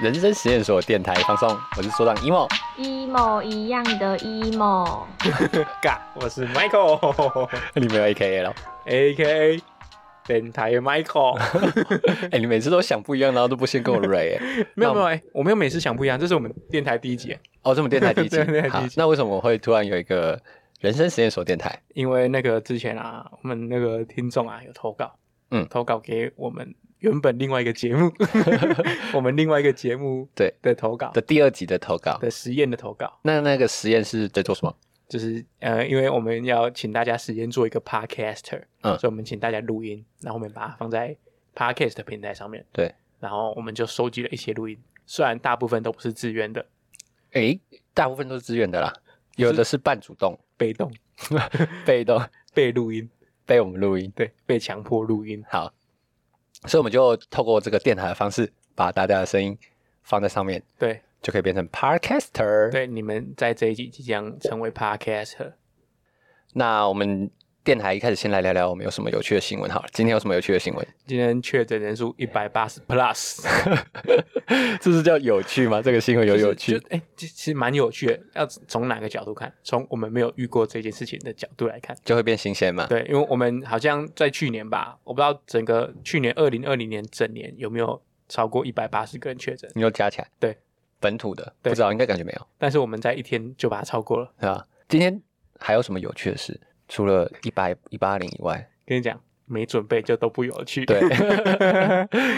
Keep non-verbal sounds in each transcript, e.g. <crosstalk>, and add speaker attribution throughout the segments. Speaker 1: 人生实验所电台放送，我是所长 emo。 <laughs>
Speaker 2: emo 一样的 emo，
Speaker 3: 嘎，我
Speaker 1: <laughs>
Speaker 3: 是 Michael，A
Speaker 1: 你没有 A K A 了？ <laughs>
Speaker 3: K A 电台 Michael。
Speaker 1: <laughs> 哎、你每次都想不一样，然后都不先跟我蕊、欸。
Speaker 3: 没有没有，哎，我没有每次想不一样，这是我们电台第一集，
Speaker 1: <laughs> 哦，这么电台第一集
Speaker 3: <laughs> 对电台第一，
Speaker 1: 好
Speaker 3: 集，
Speaker 1: 那为什么我会突然有一个人生实验所电台？
Speaker 3: 因为那个之前啊，我们那个听众啊有投稿，
Speaker 1: 嗯
Speaker 3: 投稿给我们原本另外一个节
Speaker 1: <laughs>
Speaker 3: 目，我们另外一个节目
Speaker 1: 对
Speaker 3: 的投稿
Speaker 1: 的第二集的投稿。
Speaker 3: 的实验的投稿，
Speaker 1: 那那个实验是在做什么？
Speaker 3: 就是呃，因为我们要请大家实验做一个 podcaster，
Speaker 1: 嗯
Speaker 3: 所以我们请大家录音，然后我们把它放在 podcast 的平台上面，
Speaker 1: 对，
Speaker 3: 然后我们就收集了一些录音，虽然大部分都不是自愿的，
Speaker 1: 哎、大部分都是自愿的啦，有的是半主动、 <laughs>
Speaker 3: 被动
Speaker 1: 被动
Speaker 3: 被录音，
Speaker 1: 被我们录音。
Speaker 3: 对，被强迫录音，
Speaker 1: 好，所以我们就透过这个电台的方式，把大家的声音放在上面，
Speaker 3: 对
Speaker 1: 就可以变成 podcaster。，
Speaker 3: 对，你们在这一集即将成为 podcaster，
Speaker 1: 那我们电台一开始先来聊聊我们有什么有趣的新闻好了。今天有什么有趣的新闻？ <laughs>
Speaker 3: 今天确诊人数一百八十 plus，
Speaker 1: 这是叫有趣吗？这个新闻有有趣？
Speaker 3: 就是就哎、其其实蛮有趣的，要从哪个角度看？从我们没有遇过这件事情的角度来看。
Speaker 1: 就会变新鲜嘛？
Speaker 3: 对，因为我们好像在去年吧，我不知道整个去年二零二零年整年有没有超过一百八十个人确诊，
Speaker 1: 你就加起来。
Speaker 3: 对，
Speaker 1: 本土的
Speaker 3: 对
Speaker 1: 不知道，应该感觉没有，
Speaker 3: 但是我们在一天就把它超过了。
Speaker 1: 对吧？今天还有什么有趣的事？除了一百一八零以
Speaker 3: <laughs>
Speaker 1: 外，
Speaker 3: 跟你讲，没准备就都不有趣。
Speaker 1: 对，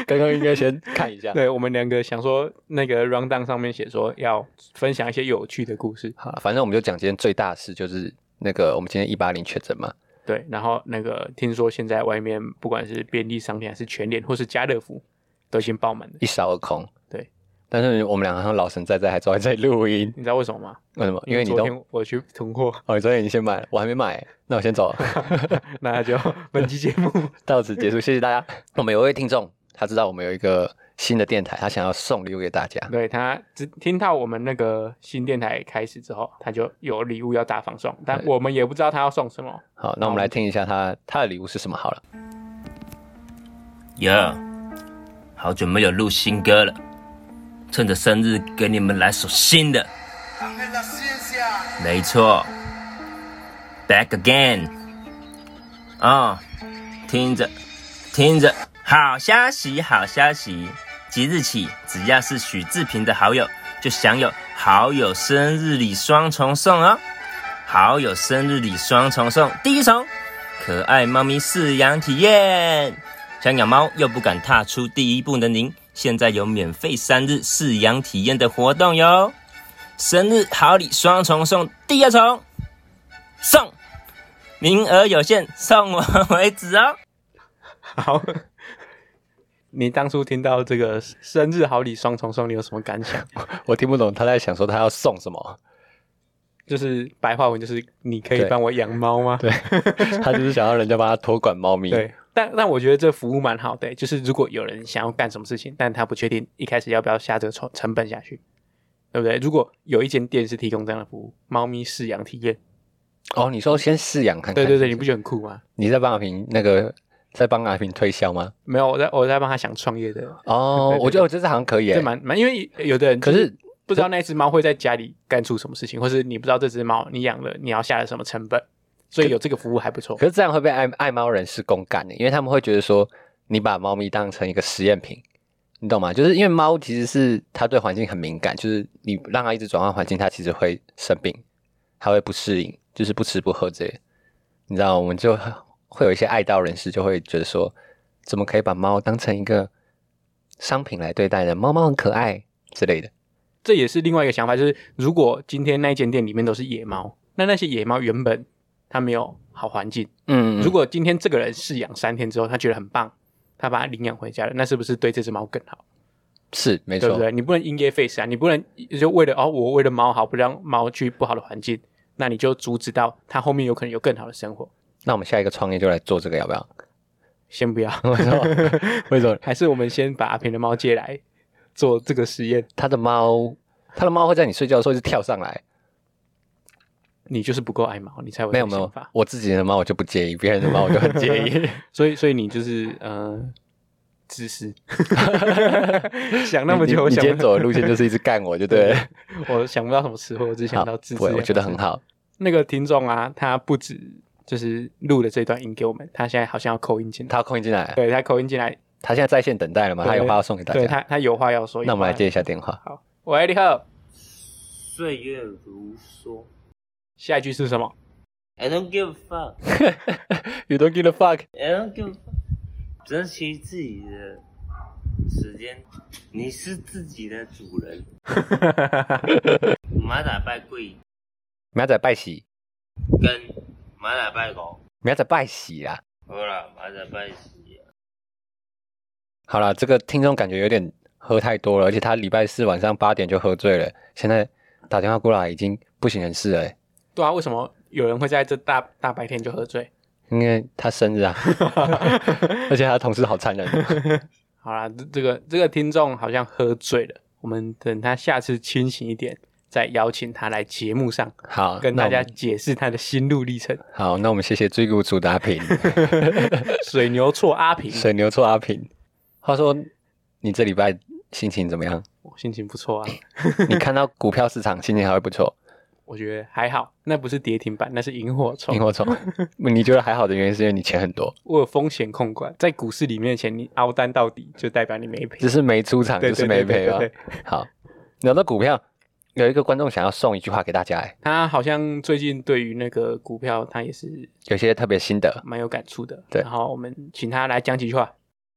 Speaker 1: 刚刚应该先看一 <laughs> 下。
Speaker 3: <laughs> 对，我们两个想说，那个 round down 上面写说要分享一些有趣的故事，
Speaker 1: 好，反正我们就讲今天最大的事就是那个我们今天一八零确诊嘛，
Speaker 3: 对，然后那个听说现在外面不管是便利商店还是全联或是家乐福，都已经爆满了。
Speaker 1: 一扫而空。
Speaker 3: 对，
Speaker 1: 但是我们两个好像老神在在，还坐在这里录音，
Speaker 3: 你知道为什么吗？
Speaker 1: 为什么？因为你
Speaker 3: 昨
Speaker 1: 都
Speaker 3: 天我去囤货， <laughs>
Speaker 1: 哦，你昨天已经先买了，我还没买，欸那我先走了。
Speaker 3: 那就 <laughs> 本期节目
Speaker 1: 到此结束，谢谢大家。 <laughs> 我们有一位听众，他知道我们有一个新的电台，他想要送礼物给大家。
Speaker 3: 对他只听到我们那个新电台开始之后，他就有礼物要大放送，但我们也不知道他要送什么。
Speaker 1: 好，那我们来听一下他他的礼物是什么好了。
Speaker 4: 哟好久没有录新歌了，趁着生日给你们来首新的。没错，Back Again。哦，听着，听着，好消息，好消息！即日起，只要是许志平的好友，就享有好友生日礼双重送哦。好友生日礼双重送，第一重，可爱猫咪饲养体验。想养猫又不敢踏出第一步的您，现在有免费三日饲养体验的活动哟！生日好礼双重送，第二重送，名额有限，送完为止哦。
Speaker 3: <laughs> 好，你当初听到这个生日好礼双重送，你有什么感想？ <laughs>
Speaker 1: 我听不懂他在想说他要送什么，
Speaker 3: 就是白话文，就是你可以
Speaker 1: 对
Speaker 3: 帮我养猫吗？
Speaker 1: 对 <laughs> 他就是想要人家帮他托管猫咪。
Speaker 3: 对，但但我觉得这服务蛮好的、欸就是如果有人想要干什么事情，但他不确定一开始要不要下这个成成本下去，对不对？如果有一间店是提供这样的服务，猫咪饲养体验，
Speaker 1: 哦，你说先饲养看看。
Speaker 3: 对对对，你
Speaker 1: 是
Speaker 3: 不
Speaker 1: 是
Speaker 3: 觉得很酷吗？
Speaker 1: 你在帮阿平那个在帮阿平推销吗？
Speaker 3: 没有，我在我在帮他想创业的，
Speaker 1: 哦
Speaker 3: 对，对
Speaker 1: 我觉得我这次好像可以
Speaker 3: 这
Speaker 1: 耶。
Speaker 3: 蛮蛮，因为有的人
Speaker 1: 可
Speaker 3: 就是不知道那只猫会在家里干出什么事情，或是你不知道这只猫你养了你要下了什么成本，所以有这个服务还不错
Speaker 1: 可。是这样会被爱爱猫人士公干的，因为他们会觉得说你把猫咪当成一个实验品，你懂吗？就是因为猫其实是它对环境很敏感，就是你让它一直转换环境，它其实会生病，它会不适应，就是不吃不喝这些。你知道，我们就会有一些爱道人士就会觉得说，怎么可以把猫当成一个商品来对待呢？猫猫很可爱之类的。
Speaker 3: 这也是另外一个想法，就是如果今天那一间店里面都是野猫，那那些野猫原本它没有好环境，
Speaker 1: 嗯
Speaker 3: 如果今天这个人饲养三天之后，他觉得很棒，他把它领养回家了，那是不是对这只猫更好？
Speaker 1: 是没
Speaker 3: 对
Speaker 1: 错
Speaker 3: 不，对？你不能因噎废食啊，你不能就为了哦，我为了猫好，不让猫去不好的环境，那你就阻止到它后面有可能有更好的生活。
Speaker 1: 那我们下一个创业就来做这个，要不要？ <laughs>
Speaker 3: 先不要，
Speaker 1: 为什么？为什么？
Speaker 3: <laughs> 还是我们先把阿平的猫接来做这个实验。
Speaker 1: 他的猫，他的猫会在你睡觉的时候就跳上来。
Speaker 3: 你就是不够爱猫，你才会
Speaker 1: 没有
Speaker 3: 这
Speaker 1: 没
Speaker 3: 个
Speaker 1: 有
Speaker 3: 想法， <laughs>
Speaker 1: 我自己的猫我就不介意，别人的猫我就很介意。
Speaker 3: 所以所以你就是呃，自私， <laughs> 想那么久，
Speaker 1: 你你
Speaker 3: 想
Speaker 1: 今天
Speaker 3: 不到 <laughs>
Speaker 1: 走的路线 <laughs> 就是一直干我，就对了。
Speaker 3: 我想不到什么词汇，我只想
Speaker 1: 好
Speaker 3: 到自，私
Speaker 1: 不会
Speaker 3: 两个字。
Speaker 1: 我觉得很好。
Speaker 3: 那个听众啊，他不止就是录了这段音给我们，他现在好像要扣音进来，
Speaker 1: 他要空进来，
Speaker 3: 对他扣音进来，
Speaker 1: 他现在在线等待了吗？
Speaker 3: 对
Speaker 1: 他有话要送给大
Speaker 3: 对
Speaker 1: 家。
Speaker 3: 他他有话要说。
Speaker 1: 那我们来接
Speaker 3: 有
Speaker 1: 一下电话。
Speaker 3: 话要。喂，你好，
Speaker 4: 岁月如梭
Speaker 3: 下一句是
Speaker 1: <laughs>
Speaker 3: 什么？
Speaker 4: ，I don't give a fuck。
Speaker 1: You don't give a fuck。
Speaker 4: 哎，就珍惜自己的时间，你是自己的主人。马仔拜贵
Speaker 1: 明仔拜喜，
Speaker 4: 跟马仔拜狗，
Speaker 1: 明仔拜喜啦。
Speaker 4: 好啦，马仔拜喜啊。
Speaker 1: 好啦，这个听众感觉有点喝太多了，而且他礼拜四晚上八点就喝醉了，现在打电话过来已经不省人事了欸，
Speaker 3: 对啊，为什么有人会在这大大白天就
Speaker 1: <laughs>
Speaker 3: 喝醉？
Speaker 1: 因为他生
Speaker 3: <laughs>
Speaker 1: 日啊，而且他的同事好残忍。
Speaker 3: 好啦，这这个这个听众好像喝醉了，我们等他下次清醒一点，再邀请他来节目上
Speaker 1: 好，
Speaker 3: 跟
Speaker 1: 啊那
Speaker 3: 大
Speaker 1: 我
Speaker 3: 家
Speaker 1: 们
Speaker 3: 解释他的心路历程。 <laughs>
Speaker 1: 好，那我们谢谢追谷主打品
Speaker 3: 水牛错阿平，
Speaker 1: 水牛座阿平。话说你这礼拜心情怎么
Speaker 3: <laughs>
Speaker 1: 样？
Speaker 3: 我心情不错啊，
Speaker 1: 你看到股票市场心情还会不错？
Speaker 3: 我觉得还好，那不是跌停板，那是萤火虫。
Speaker 1: 萤火
Speaker 3: <laughs>
Speaker 1: 虫，你觉得还好的原因是因为你钱很多，
Speaker 3: 我有风险控管，在股市里面前，你凹单到底就代表你没赔
Speaker 1: 只，是没出场
Speaker 3: 对
Speaker 1: 就是没
Speaker 3: 对
Speaker 1: 赔啊
Speaker 3: 对
Speaker 1: 吧
Speaker 3: 对对。
Speaker 1: 好，聊到股票，有一个观众想要送一句话给大家、欸，
Speaker 3: 他好像最近对于那个股票，他也是
Speaker 1: 有些特别心得。
Speaker 3: 蛮有感触的。
Speaker 1: 对
Speaker 3: 然后我们请他来讲几句话。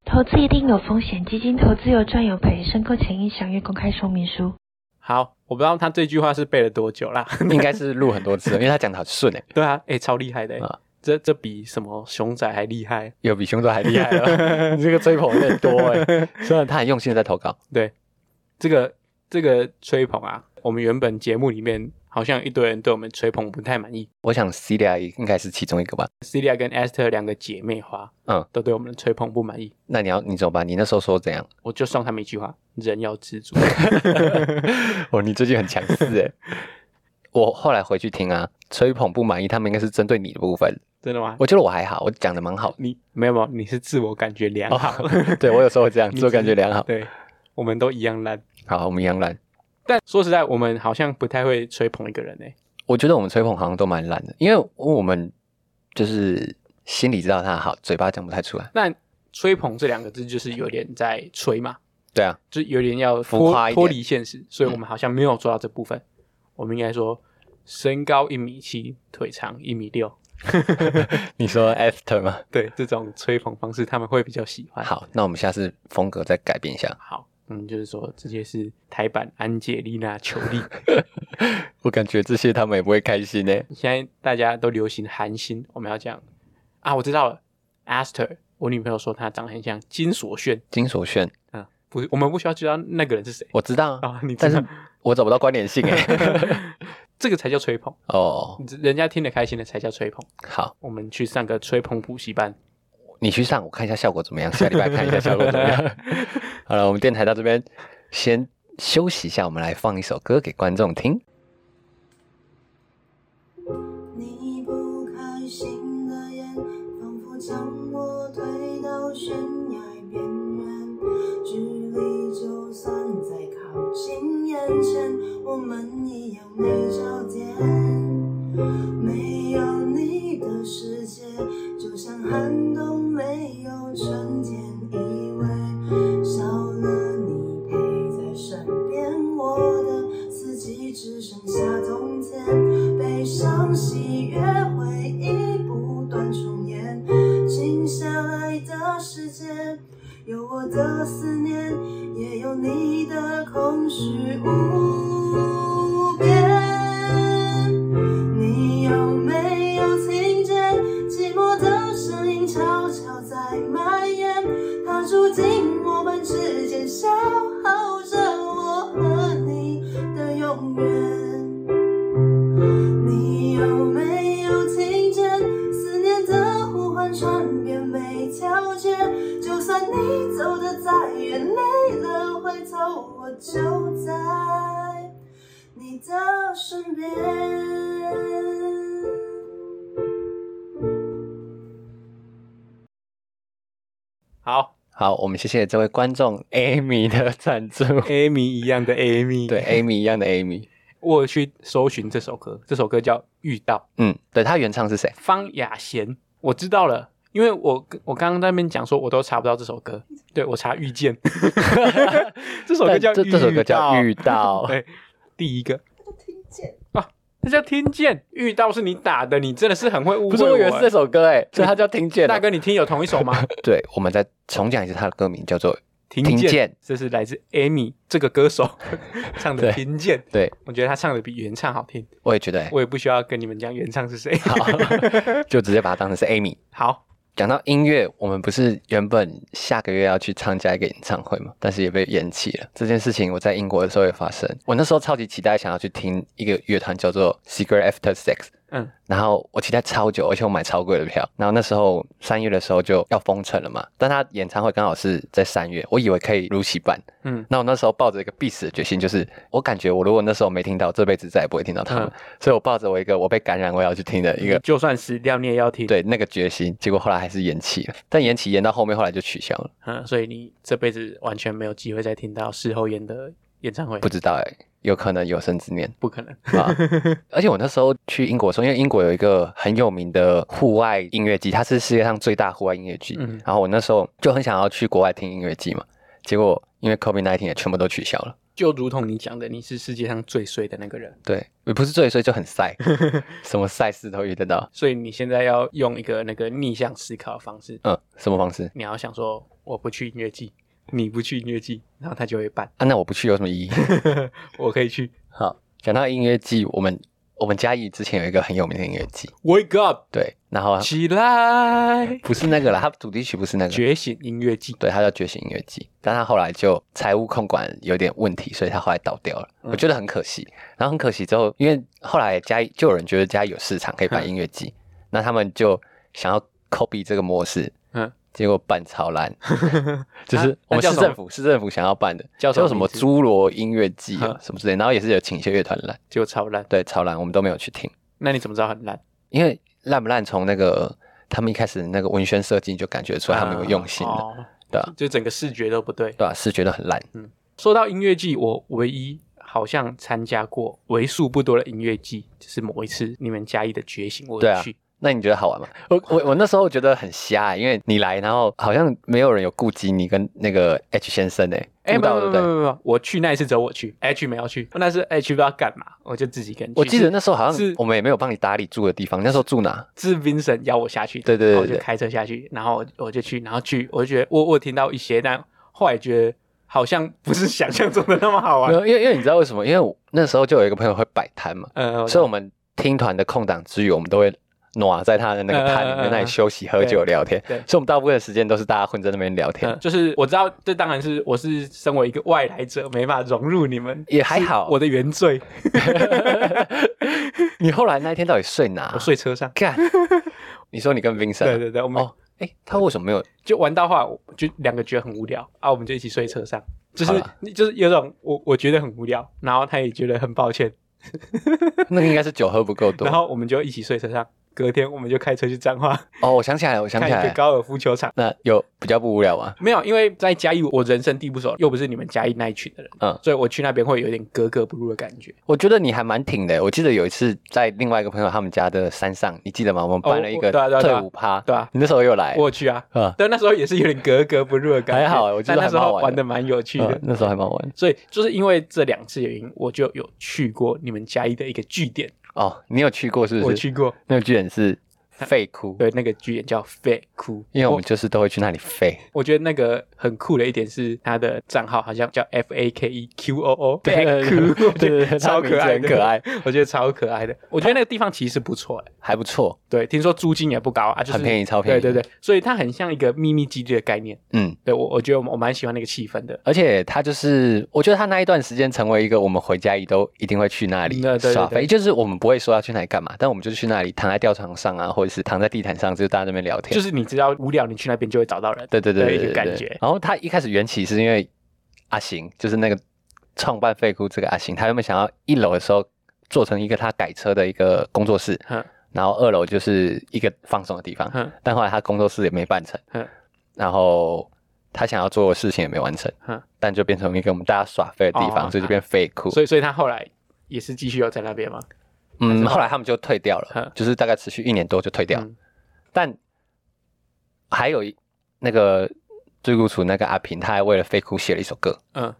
Speaker 5: 投资一定有风险，基金投资有赚有赔，申购前应详阅公开说明书。
Speaker 3: 好，我不知道他这句话是背了多久啦。
Speaker 1: 应该是录很多次了，因为他讲的好顺哎、欸，
Speaker 3: 对啊，哎、超厉害的、
Speaker 1: 啊
Speaker 3: 这这比什么熊仔还厉害。
Speaker 1: 有比熊仔还厉害哦
Speaker 3: <laughs>
Speaker 1: 了。你这个追捧有点多哎、欸，虽然他很用心的在投稿，
Speaker 3: 对，这个这个吹捧啊，我们原本节目里面好像一堆人对我们吹捧不太满意。
Speaker 1: 我想 Celia 也应该是其中一个吧。
Speaker 3: Celia 跟 Esther 两个姐妹花，
Speaker 1: 嗯，
Speaker 3: 都对我们的吹捧不满意。
Speaker 1: 那你要你怎么办？你那时候说怎样？
Speaker 3: 我就送他们一句话：人要知
Speaker 1: <laughs>
Speaker 3: 足。
Speaker 1: 哦，你最近很强势哎。我后来回去听啊，吹捧不满意，他们应该是针对你的部分。
Speaker 3: 真的吗？
Speaker 1: 我觉得我还好，我讲的蛮好的。
Speaker 3: 你没有没有，你是自我感觉良
Speaker 1: 哦
Speaker 3: 好。
Speaker 1: <laughs> 对我有时候会这样，
Speaker 3: 你
Speaker 1: 自我感觉良好。
Speaker 3: 对，我们都一样烂。
Speaker 1: 好，我们杨澜，
Speaker 3: 但说实在，我们好像不太会吹捧一个人诶、欸
Speaker 1: 我觉得我们吹捧好像都蛮烂的，因为我们就是心里知道他好，嘴巴讲不太出来。
Speaker 3: 那吹捧这两个字就是有点在吹嘛，
Speaker 1: 对 <laughs> 啊，
Speaker 3: 就是有点要
Speaker 1: 浮
Speaker 3: 脱
Speaker 1: 夸一点
Speaker 3: 脱离现实，所以我们好像没有做到这部分。我们应该说，身高一米七，腿长一米六，
Speaker 1: 你说 after 吗？
Speaker 3: 对这种吹捧方式他们会比较喜欢。
Speaker 1: <laughs> 好，那我们下次风格再改变一下。
Speaker 3: 好，嗯，就是说直接是台版安杰丽娜·裘丽。
Speaker 1: <laughs>
Speaker 3: <laughs>
Speaker 1: 我感觉这些他们也不会开心欸呢。
Speaker 3: 现在大家都流行韩星，我们要讲啊，我知道了，Aster，我女朋友说她长得很像金所炫
Speaker 1: 金所炫，
Speaker 3: 啊，不是，我们不需要知道那个人是谁，
Speaker 1: 我哦知道
Speaker 3: 啊你知
Speaker 1: 但
Speaker 3: 道
Speaker 1: 是我找不到关联性哎。 <laughs>
Speaker 3: <laughs> 这个才叫吹捧，
Speaker 1: 哦，
Speaker 3: 人家听得开心的才叫吹捧。
Speaker 1: 好，
Speaker 3: 我们去上个吹捧补习班，
Speaker 1: 你去上，我看一下效果怎么样，下礼拜看一下效果怎么样。好了，我们电台到这边先休息一下，我们来放一首歌给观众听。
Speaker 6: 你不开心的眼，仿佛将我推到悬崖边缘，距离就算再靠近眼前，我们一样没焦点。没有你的世界，就像寒冬没有春天，以为少了你陪在身边，我的四季只剩下冬天。悲伤、喜悦、回忆不断重演，静下来的时间，有我的思念，也有你的空虚无边。你有没有听见寂寞的声音悄悄在蔓延？它住进我们之间，消耗着我和你的永远。你有没有听见思念的呼唤传遍每条街？就算你走得再远，累了回头，我就在你的身边。
Speaker 3: 好，
Speaker 1: 好，我们谢谢这位观众 Amy 的赞助，
Speaker 3: Amy 一样的 Amy，
Speaker 1: 对 Amy 一样的 Amy，
Speaker 3: 我有去搜寻这首歌，这首歌叫《遇到》，
Speaker 1: 嗯，对他原唱是谁？
Speaker 3: 方雅贤。我知道了，因为我我刚刚在那边讲说，我都查不到这首歌，对我查《
Speaker 1: <laughs>
Speaker 3: 遇见》，这首歌
Speaker 1: 但
Speaker 3: 叫《
Speaker 1: 这这首歌叫《遇
Speaker 3: 遇
Speaker 1: 到》，
Speaker 3: <laughs> 对，第一个，
Speaker 6: 他就听见，
Speaker 3: 这叫听见。遇到是你打的，你真的是很会误会
Speaker 1: 不是我以为是这首歌哎，所以他叫听见了
Speaker 3: 大。哥，你听有同一首
Speaker 1: <laughs>
Speaker 3: 吗？
Speaker 1: 对，我们再重讲一次他的歌名叫做
Speaker 3: 听
Speaker 1: 听见
Speaker 3: 这是来自 Amy 这个歌手 <laughs> 唱的
Speaker 1: 对
Speaker 3: 《听见》，
Speaker 1: 对，
Speaker 3: 我觉得他唱的比原唱好听。
Speaker 1: 我也觉得欸
Speaker 3: 我也不需要跟你们讲原唱是谁。
Speaker 1: 好， <laughs> 就直接把它当成是 Amy。
Speaker 3: <laughs> 好，
Speaker 1: 讲到音乐，我们不是原本下个月要去参加一个演唱会嘛，但是也被延期了。这件事情我在英国的时候也发生，我那时候超级期待想要去听一个乐团叫做 Secret After Sex，
Speaker 3: 嗯，
Speaker 1: 然后我期待超久，而且我买超贵的票。然后那时候三月的时候就要封城了嘛，但他演唱会刚好是在三月，我以为可以如期办。
Speaker 3: 嗯，
Speaker 1: 那我那时候抱着一个必死的决心，就是我感觉我如果那时候没听到，这辈子再也不会听到他们。
Speaker 3: 嗯
Speaker 1: 所以我抱着我一个我被感染我也要去听的一
Speaker 3: <laughs>
Speaker 1: 个
Speaker 3: 就算死掉你也要听。，
Speaker 1: 对那个决心，结果后来还是延期了。但延期延到后面，后来就取消了，
Speaker 3: 嗯，所以你这辈子完全没有机会再听到事后演的演唱会，
Speaker 1: 不知道哎、有可能有生之年
Speaker 3: 不可能。
Speaker 1: 啊！而且我那时候去英国的时候，因为英国有一个很有名的户外音乐季，它是世界上最大户外音乐季。
Speaker 3: 嗯
Speaker 1: 然后我那时候就很想要去国外听音乐季嘛，结果因为 COVID 1 9也全部都取消了。
Speaker 3: 就如同你讲的，你是世界上最衰的那个人，
Speaker 1: 对，也不是最衰就很晒，什么赛事都遇得到。
Speaker 3: 所以你现在要用一个那个逆向思考的方式，
Speaker 1: 嗯，什么方式
Speaker 3: 你要想说我不去音乐季，你不去音乐季，然后他就会办， <laughs>
Speaker 1: 啊？那我不去有什么意义？ <laughs>
Speaker 3: 我可以去。
Speaker 1: 好，讲到音乐季，我们我们嘉义之前有一个很有名的音乐季，
Speaker 3: Wake up，
Speaker 1: 对，然后
Speaker 3: 起
Speaker 1: <laughs>
Speaker 3: 来，
Speaker 1: 不是那个啦，
Speaker 3: 嗯
Speaker 1: 它主题曲不是那个，
Speaker 3: 觉醒音乐季。
Speaker 1: 对，它叫《觉醒音乐季》，但它后来就财务控管有点问题，所以它后来倒掉了，
Speaker 3: 嗯
Speaker 1: 我觉得很可惜。然后很可惜之后，因为后来嘉义就有人觉得嘉义有市场可以办音乐
Speaker 3: <laughs>
Speaker 1: 季，那他们就想要 copy 这个模式，
Speaker 3: 嗯，
Speaker 1: 结果办超
Speaker 3: <laughs>
Speaker 1: 烂，就是我
Speaker 3: 啊那
Speaker 1: 们
Speaker 3: 叫
Speaker 1: 市
Speaker 3: 什么
Speaker 1: 政府市政府想要办的，
Speaker 3: 叫什么
Speaker 1: 叫什么
Speaker 3: 名字
Speaker 1: 侏罗音乐季啊
Speaker 3: 嗯
Speaker 1: 什么之类，然后也是有请一些乐团来，
Speaker 3: 就超烂，
Speaker 1: 对，超烂，我们都没有去听。
Speaker 3: 那你怎么知道很烂？
Speaker 1: 因为烂不烂，从那个他们一开始那个文宣设计就感觉出来他们有用心的，
Speaker 3: 哦
Speaker 1: 对啊
Speaker 3: 就整个视觉都不对。
Speaker 1: 对吧、是觉得很烂，
Speaker 3: 说到音乐季，我唯一好像参加过为数不多的音乐季，就是某一次你们嘉义的觉醒，我
Speaker 1: 对啊
Speaker 3: 有去。
Speaker 1: 那你觉得好玩吗？我我我那时候觉得很瞎、欸因为你来，然后好像没有人有顾及你跟那个 H 先生诶、欸，
Speaker 3: 哎、
Speaker 1: 顾
Speaker 3: 没
Speaker 1: 到
Speaker 3: 有
Speaker 1: 对不
Speaker 3: 没有没有
Speaker 1: 对？
Speaker 3: 没有，我去那一次只有我去，H 没有去，那是 H 不知道干嘛，我就自己跟去。
Speaker 1: 我记得那时候好像
Speaker 3: 是
Speaker 1: 我们也没有帮你打理住的地方，你那时候住哪？
Speaker 3: 是 Vincent 邀我下去的，
Speaker 1: 对对对
Speaker 3: 然后我
Speaker 1: 对
Speaker 3: 就开车下去，然后我我就去，然后去，我就觉得我我听到一些，但后来觉得好像不是想象中的那么好
Speaker 1: 没
Speaker 3: 玩。
Speaker 1: 有，因为因为你知道为什么？因为我那时候就有一个朋友会摆摊嘛，
Speaker 3: 呃，
Speaker 1: 所以我
Speaker 3: 们
Speaker 1: 们听团的空档之余，我们都会挪在他的那个摊里
Speaker 3: 嗯嗯嗯
Speaker 1: 面
Speaker 3: 嗯
Speaker 1: 那里休息、喝酒、聊天。
Speaker 3: 对
Speaker 1: 所以我们大部分的时间都是大家混在那边聊天。
Speaker 3: 嗯，就是我知道，这当然是我是身为一个外来者，没办法融入你们，
Speaker 1: 也还好
Speaker 3: 是我的
Speaker 1: <laughs>
Speaker 3: 原罪，
Speaker 1: 你后来那一天到底睡哪？
Speaker 3: 我睡车上。
Speaker 1: <laughs>
Speaker 3: <laughs>
Speaker 1: 干。你说你跟 Vincent？
Speaker 3: 对对对，我们
Speaker 1: 哦，哎、他为什么没有？
Speaker 3: 就玩到话，我就两个觉得很无聊啊，我们就一起睡车上，就
Speaker 1: 好
Speaker 3: 是
Speaker 1: 啦
Speaker 3: 就是有种我我觉得很无聊，然后他也觉得很抱歉，
Speaker 1: 那个应该是酒喝不够
Speaker 3: <laughs>
Speaker 1: 多
Speaker 3: 然。后我们就一起睡车上，隔天我们就开车去彰化
Speaker 1: 哦，我想起来了，我想
Speaker 3: 看
Speaker 1: 起来
Speaker 3: 一
Speaker 1: 了
Speaker 3: 个。高尔夫球场。
Speaker 1: 那有比较不无聊吗？
Speaker 3: 没有，因为在嘉义，我人生地不熟，又不是你们嘉义那一群的人，
Speaker 1: 嗯
Speaker 3: 所以我去那边会有点格格不入的感觉。
Speaker 1: 我觉得你还蛮挺的。我记得有一次在另外一个朋友他们家的山上，你记得吗？我们办了一个
Speaker 3: 哦对啊对啊对
Speaker 1: 退
Speaker 3: 啊
Speaker 1: 伍趴，
Speaker 3: 对啊
Speaker 1: 你那时候有来，
Speaker 3: 我有去啊， <laughs>
Speaker 1: 啊，
Speaker 3: 但那时候也是有点格格不入的感觉。
Speaker 1: 还好我觉得
Speaker 3: 但那时
Speaker 1: 还蛮好
Speaker 3: 候
Speaker 1: 玩的
Speaker 3: 玩的蛮有趣的
Speaker 1: 嗯，那时候还蛮好玩。
Speaker 3: 所以就是因为这两次原因，我就有去过你们嘉义的一个据点，
Speaker 1: 哦，你有去过是不是？
Speaker 3: 我去过，
Speaker 1: 那个剧点是废窟，
Speaker 3: 对，那个据点叫废窟，
Speaker 1: 因为我
Speaker 3: 我
Speaker 1: 们就是都会去那里废。
Speaker 3: 我觉得那个很酷的一点是，他的账号好像叫 F A K E Q O O，
Speaker 1: 对对对对对对
Speaker 3: 超可爱的，
Speaker 1: 他名字很可爱，
Speaker 3: 我觉得超可爱的。我觉得那个地方其实不错、欸，
Speaker 1: 还不错，
Speaker 3: 对，听说租金也不高啊，就是
Speaker 1: 很便宜超便宜
Speaker 3: 对对对，所以它很像一个秘密基地的概念。
Speaker 1: 嗯，
Speaker 3: 对我，我觉得我我蛮喜欢那个气氛的。
Speaker 1: 而且他就是，我觉得他那一段时间成为一个我们回家也都一定会去那里
Speaker 3: 嗯对对对
Speaker 1: 耍
Speaker 3: 对
Speaker 1: 飞，就是我们不会说要去哪里干嘛，但我们就去那里躺在吊床上啊，或者是躺在地毯上，就是大家在那边聊天，
Speaker 3: 就是是你知道无聊，你去那边就会找到人。
Speaker 1: 对对对对
Speaker 3: 的一
Speaker 1: 对哦
Speaker 3: 个
Speaker 1: 对
Speaker 3: 感
Speaker 1: 对
Speaker 3: 觉
Speaker 1: 然后他一开始缘起是因为阿行，就是那个创办废窟这个阿行，他原本想要一楼的时候做成一个他改车的一个工作室，
Speaker 3: 哼
Speaker 1: 然后二楼
Speaker 3: 嗯
Speaker 1: 就是一个放松的地方，
Speaker 3: 哼嗯
Speaker 1: 但后来他工作室也没办成
Speaker 3: 哼，
Speaker 1: 然后他想要做的事情也没完成
Speaker 3: 嗯，
Speaker 1: 但就变成一个我们大家耍废的地方，
Speaker 3: 哦
Speaker 1: 所以就变废库。
Speaker 3: 所以所以他后来也是继续要在那边嘛，
Speaker 1: 嗯，后来他们就退掉了
Speaker 3: 嗯，
Speaker 1: 就是大概持续一年多就退掉。
Speaker 3: 嗯
Speaker 1: 但还有一那个最古楚那个阿平，他还为了废库写了一首歌，
Speaker 3: 嗯，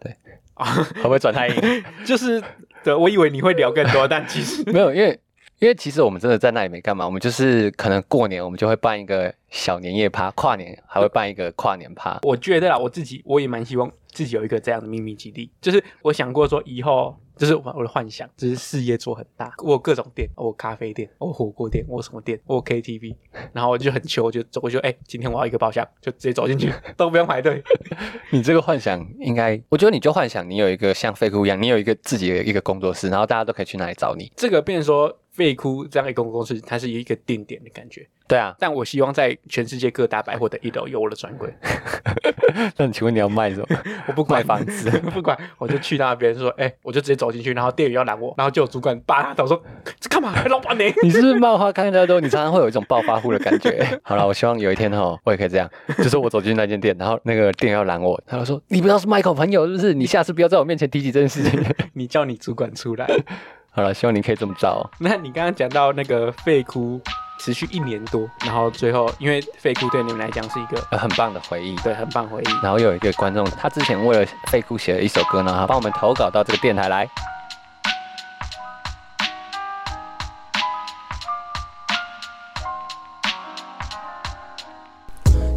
Speaker 1: 对
Speaker 3: 啊，
Speaker 1: 会不会转太硬？
Speaker 3: <laughs> 就是对我以为你会聊更多，但
Speaker 1: <laughs>
Speaker 3: 其实
Speaker 1: 没有，因为因为其实我们真的在那里没干嘛，我们就是可能过年我们就会办一个小年夜趴，跨年还会办一个跨年趴。
Speaker 3: 我觉得啦，我自己我也蛮希望自己有一个这样的秘密基地，就是我想过说以后。就是我我的幻想，就是事业做很大，我有各种店，我有咖啡店，我有火锅店，我有什么店，我有 KTV，然后我就很穷，我就走过去，哎、今天我要一个包厢，就直接走进去， <laughs> 都不用排队。
Speaker 1: <laughs> 你这个幻想应该，我觉得你就幻想你有一个像废库一样，你有一个自己的一个工作室，然后大家都可以去那里找你。
Speaker 3: 这个变成说废窟这样一个公共室，它是一个定点的感觉。
Speaker 1: 对啊，
Speaker 3: 但我希望在全世界各大百货的一楼有我的专柜，
Speaker 1: <laughs>
Speaker 3: <laughs>
Speaker 1: 那你请问你要卖什么？ <laughs>
Speaker 3: 我不管
Speaker 1: 卖房子
Speaker 3: 不管，我就去那边说，哎、我就直接走进去，然后店员要拦我，然后就有主管扒他头说，这干嘛？老板呢？
Speaker 1: <laughs>
Speaker 3: <laughs>
Speaker 1: 你是不是漫画看太多？你常常会有一种暴发户的感 <laughs> 觉。好了，我希望有一天哦，我也可以这样，就是我走进那间店，然后那个店员要拦我，他就说：“你不要是 Michael 朋友，是不是？你下次不要在我面前提起这件事情。 <laughs>
Speaker 3: 你叫你主管出来。” <laughs>
Speaker 1: 好了，希望你可以这么着、哦。
Speaker 3: 那你刚刚讲到那个废窟持续一年多，然后最后因为废窟对你们来讲是一个
Speaker 1: 呃，很棒的回忆。
Speaker 3: 对很棒回忆，
Speaker 1: 然后有一个观众，他之前为了废库写了一首歌呢，他帮我们投稿到这个电台来。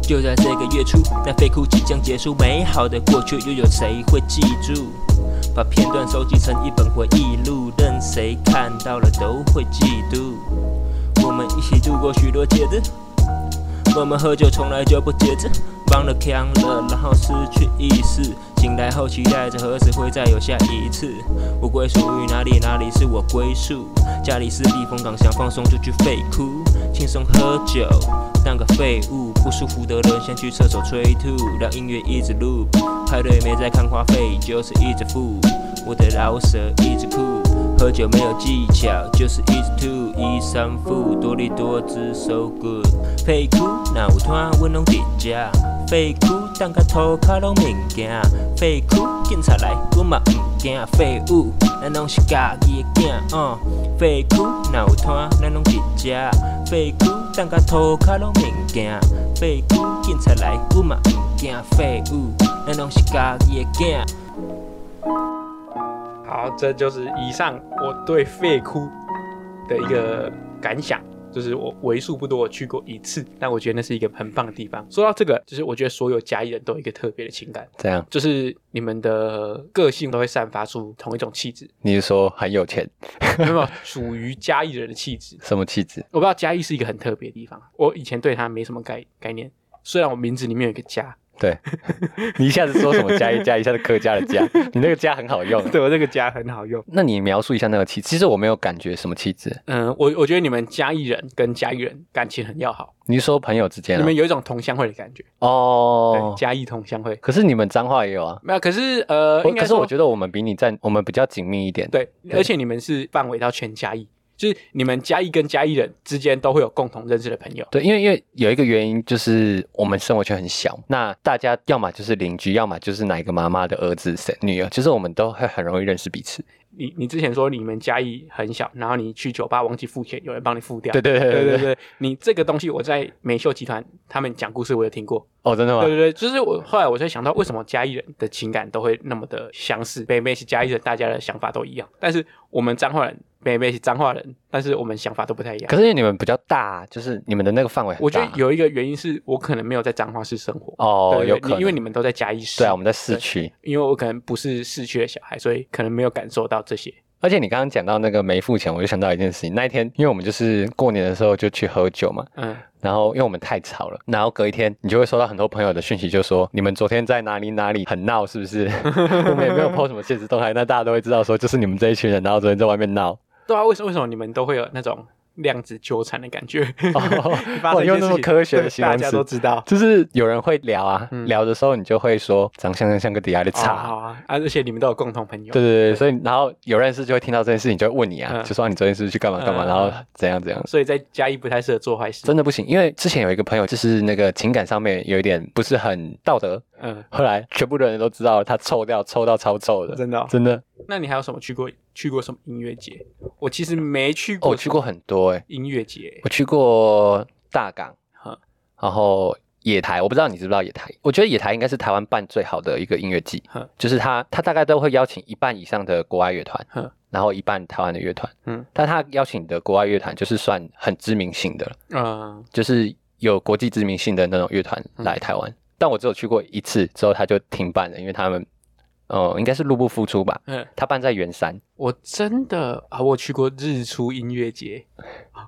Speaker 4: 就在这个月初，那飞哭即将结束，美好的过去又有谁会记住？把片段收集成一本回忆录，任谁看到了都会嫉妒。我们一起度过许多节日，我们喝酒从来就不节制，忘了扛了，然后失去意识。醒来后期待着何时会再有下一次。我归属于哪里？哪里是我归宿？家里是避风港，想放松就去废哭，轻松喝酒，当个废物。不舒服的人先去厕所催吐，让音乐一直 loop。派对没在看花费，就是一直付。我的饶舌一直酷，喝酒没有技巧，就是一直吐，一三副，多利多姿 so good。废哭，那有摊阮拢伫遮。废哭，当甲涂骹拢物件。废哭，警察来，阮嘛毋惊。废物，咱拢是家己的囝。嗯，废哭，若有摊咱拢伫遮。废哭，当甲涂骹拢物件。废哭，警察来，阮嘛毋惊。废物，咱拢是家己的囝。
Speaker 3: 好，这就是以上我对废窟的一个感想，就是我为数不多我去过一次，但我觉得那是一个很棒的地方。说到这个，就是我觉得所有嘉义人都有一个特别的情感，
Speaker 1: 这样，
Speaker 3: 就是你们的个性都会散发出同一种气质， <laughs>
Speaker 1: 你是说很有钱，
Speaker 3: 有没有属于嘉义人的气质？
Speaker 1: 什么气质？
Speaker 3: 我不知道嘉义是一个很特别的地方，我以前对它没什么概概念，虽然我名字里面有一个嘉，
Speaker 1: 对你一下子说什么加一加，一下子客家的加，你那个加很好用。
Speaker 3: <laughs> 对我这个嘉很好用。
Speaker 1: 那你描述一下那个气质，其实我没有感觉什么气质。
Speaker 3: 嗯，我我觉得你们嘉义人跟嘉义人感情很要好，
Speaker 1: 你是说朋友之间
Speaker 3: 你
Speaker 1: 啊
Speaker 3: 们有一种同乡会的感觉。
Speaker 1: 哦
Speaker 3: 对，，嘉义同乡会。
Speaker 1: 可是你们脏话也有啊。
Speaker 3: 没有，可是呃，
Speaker 1: 我
Speaker 3: 应该
Speaker 1: 可是我
Speaker 3: 得
Speaker 1: 觉得我们比你在我们比较紧密一点。，
Speaker 3: 对，而且你们是范围到全嘉义，就是你们嘉义跟嘉义人之间都会有共同认识的朋友。
Speaker 1: 对，因为因为有一个原因就是我们生活圈很小，那大家要么就是邻居，要么就是哪一个妈妈的儿子、谁女儿，就是我们都会很容易认识彼此。
Speaker 3: 你你之前说你们嘉义很小，然后你去酒吧忘记付钱，有人帮你付掉。
Speaker 1: 对对对
Speaker 3: 对
Speaker 1: 对
Speaker 3: 对对，你这个东西我在美秀集团他们讲故事我有听过。
Speaker 1: 哦，真的吗
Speaker 3: 对？对对，就是我后来我才想到，为什么嘉义人的情感都会那么的相似？北美是嘉义人，大家的想法都一样，但是我们彰化人，北美是彰化人，但是我们想法都不太一样
Speaker 1: 可。是因为你们比较大，就是你们的那个范围很大。
Speaker 3: 我觉得有一个原因是我可能没有在彰化市生活，
Speaker 1: 哦，
Speaker 3: 对，
Speaker 1: 有可能，
Speaker 3: 因为你们都在嘉义市。
Speaker 1: 对啊，我们在市区。
Speaker 3: 因为我可能不是市区的小孩，所以可能没有感受到这些。
Speaker 1: 而且你刚刚讲到那个没付钱，我就想到一件事情。那一天，因为我们就是过年的时候就去喝酒嘛， <laughs>
Speaker 3: 嗯，
Speaker 1: 然后因为我们太吵了，然后隔一天你就会收到很多朋友的讯息，就说你们昨天在哪里哪里很闹，是不是？ <laughs> 我们也没有 po 什么现
Speaker 3: <laughs>
Speaker 1: 实动态，那大家都会知道说就是你们这一群人，然后昨天在外面闹。
Speaker 3: 对啊，为什么为什么你们都会有那种量子纠缠的感觉。 <laughs>
Speaker 1: 哦哇
Speaker 3: 发生一
Speaker 1: 用
Speaker 3: 件
Speaker 1: 那
Speaker 3: 事
Speaker 1: 么
Speaker 3: 情
Speaker 1: 科学的
Speaker 3: 对
Speaker 1: 形
Speaker 3: 大
Speaker 1: 容
Speaker 3: 家
Speaker 1: 词
Speaker 3: 都知道。
Speaker 1: 就是有人会聊啊，
Speaker 3: 嗯
Speaker 1: 聊的时候你就会说长相像像个底下的
Speaker 3: 好
Speaker 1: 叉。
Speaker 3: 好啊，啊而且你们都有共同朋友。
Speaker 1: 对对对，所以然后有认识就会听到这件事情，就会问你啊，
Speaker 3: 嗯
Speaker 1: 就说啊你昨天是不是去干嘛干嘛，
Speaker 3: 嗯
Speaker 1: 然后怎样怎样，
Speaker 3: 所以在嘉义不太适合做坏事。
Speaker 1: 真的不行。因为之前有一个朋友，就是那个情感上面有一点不是很道德，
Speaker 3: 嗯，
Speaker 1: 后来全部的人都知道他臭掉，臭到超臭的，
Speaker 3: 真的哦、
Speaker 1: 真的。
Speaker 3: 那你还有什么去过去过什么音乐节？我其实没去
Speaker 1: 哦，
Speaker 3: 过，
Speaker 1: 我去过很多哎、
Speaker 3: 音乐节
Speaker 1: 我去过大港
Speaker 3: 嗯，
Speaker 1: 然后野台，我不知道你知不知道野台。我觉得野台应该是台湾办最好的一个音乐季
Speaker 3: 嗯，
Speaker 1: 就是他他大概都会邀请一半以上的国外乐
Speaker 3: 嗯
Speaker 1: 团，然后一半台湾的乐团。
Speaker 3: 嗯
Speaker 1: 嗯，但他邀请的国外乐团就是算很知名性的了，
Speaker 3: 嗯，
Speaker 1: 就是有国际知名性的那种乐团来台湾。但我只有去过一次，之后他就停办了，因为他们，呃，应该是入不敷出吧。
Speaker 3: 嗯
Speaker 1: 嗯，他办在圆山。
Speaker 3: 我真的啊，我去过日出音乐节。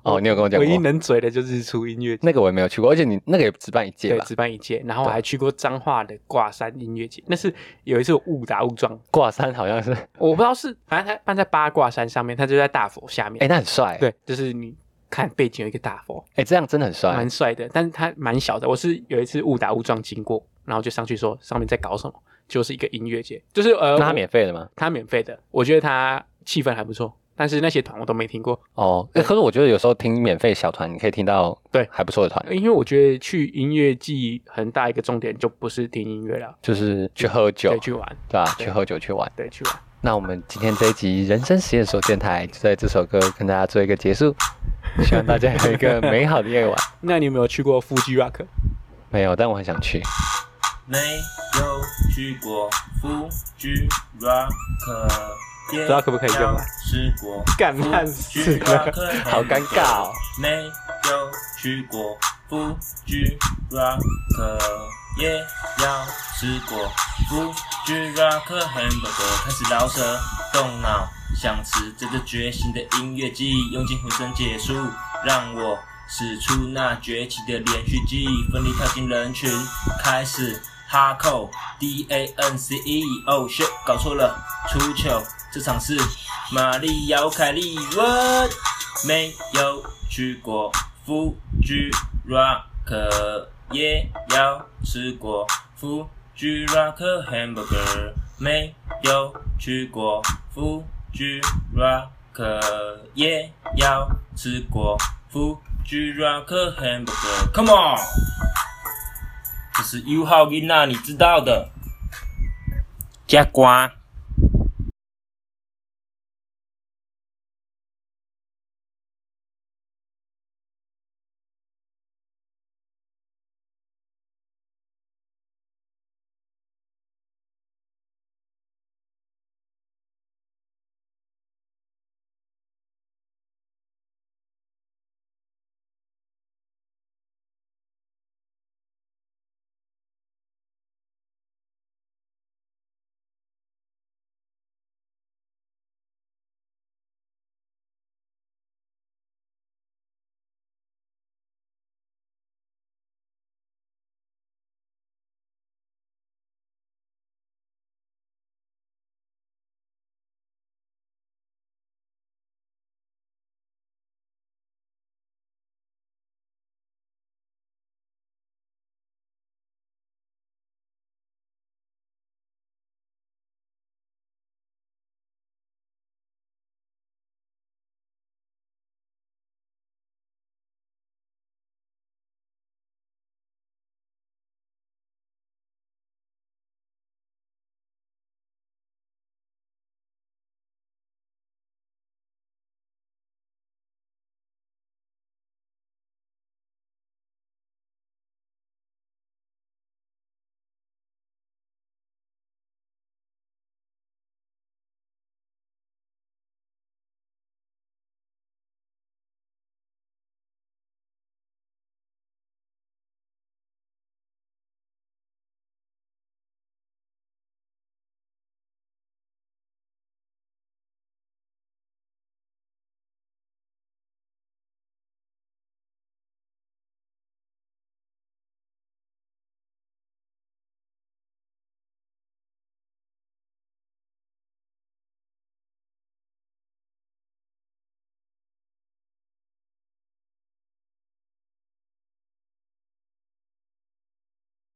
Speaker 1: 哦，你有跟我讲
Speaker 3: 唯一
Speaker 1: 过？
Speaker 3: 能嘴的就日出音乐节，
Speaker 1: 那个我也没有去过，而且你那个也只办一届
Speaker 3: 对，
Speaker 1: 吧？
Speaker 3: 只办一届。然后我还去过彰化的挂山音乐节，那是有一次我误打误撞，
Speaker 1: 挂山好像是。
Speaker 3: 我不知道是，反正它办在八卦山上面，它就在大佛下面。
Speaker 1: 哎、那很帅、欸。
Speaker 3: 对，就是你看背景有一个大佛，
Speaker 1: 哎、这样真的很帅
Speaker 3: 蛮。帅的，但是它蛮小的。我是有一次误打误撞经过，然后就上去说上面在搞什么，就是一个音乐节，就是呃，
Speaker 1: 那他
Speaker 3: 我
Speaker 1: 免费的吗？
Speaker 3: 它免费的，我觉得它气氛还不错，但是那些团我都没听过，
Speaker 1: 哦、欸可是我觉得有时候听免费小团，你可以听到
Speaker 3: 对
Speaker 1: 还不错的团，
Speaker 3: 因为我觉得去音乐季很大一个重点就不是听音乐了，
Speaker 1: 就是去喝酒，
Speaker 3: 对，去玩，
Speaker 1: 对吧、啊
Speaker 3: 对
Speaker 1: 去喝酒去玩。
Speaker 3: 对，去玩。
Speaker 1: 那我们今天这一集人生实验所电台就在这首歌跟大家做一个结束，希望大家有一个美好的夜晚。
Speaker 3: 那你有没有去过 Fuji Rock？
Speaker 1: 没有，但我很想去。
Speaker 4: 没有去过 Fuji Rock，不
Speaker 3: 知道可不可以用啊？
Speaker 4: 吃过
Speaker 3: 干烂死了 <laughs>
Speaker 4: Fuji Rock，
Speaker 1: 好尴尬哦
Speaker 4: 没有去过 Fuji Rock，也要吃过 Fuji Rock hamburger。开始饶舌动脑，想吃这个绝醒的音乐季，用尽浑身解数，让我使出那崛起的连续技，奋力跳进人群，开始哈扣 D A N C E。哦 shit，搞错了，出糗，这场是玛丽姚凯利。What？没有去过 Fuji Rock，也要吃过 Fuji Rock hamburger，没有去过 Fuji Rock，也要吃过 Fuji Rock hamburger。Come on，这是 U 号音呐，你知道的。加瓜。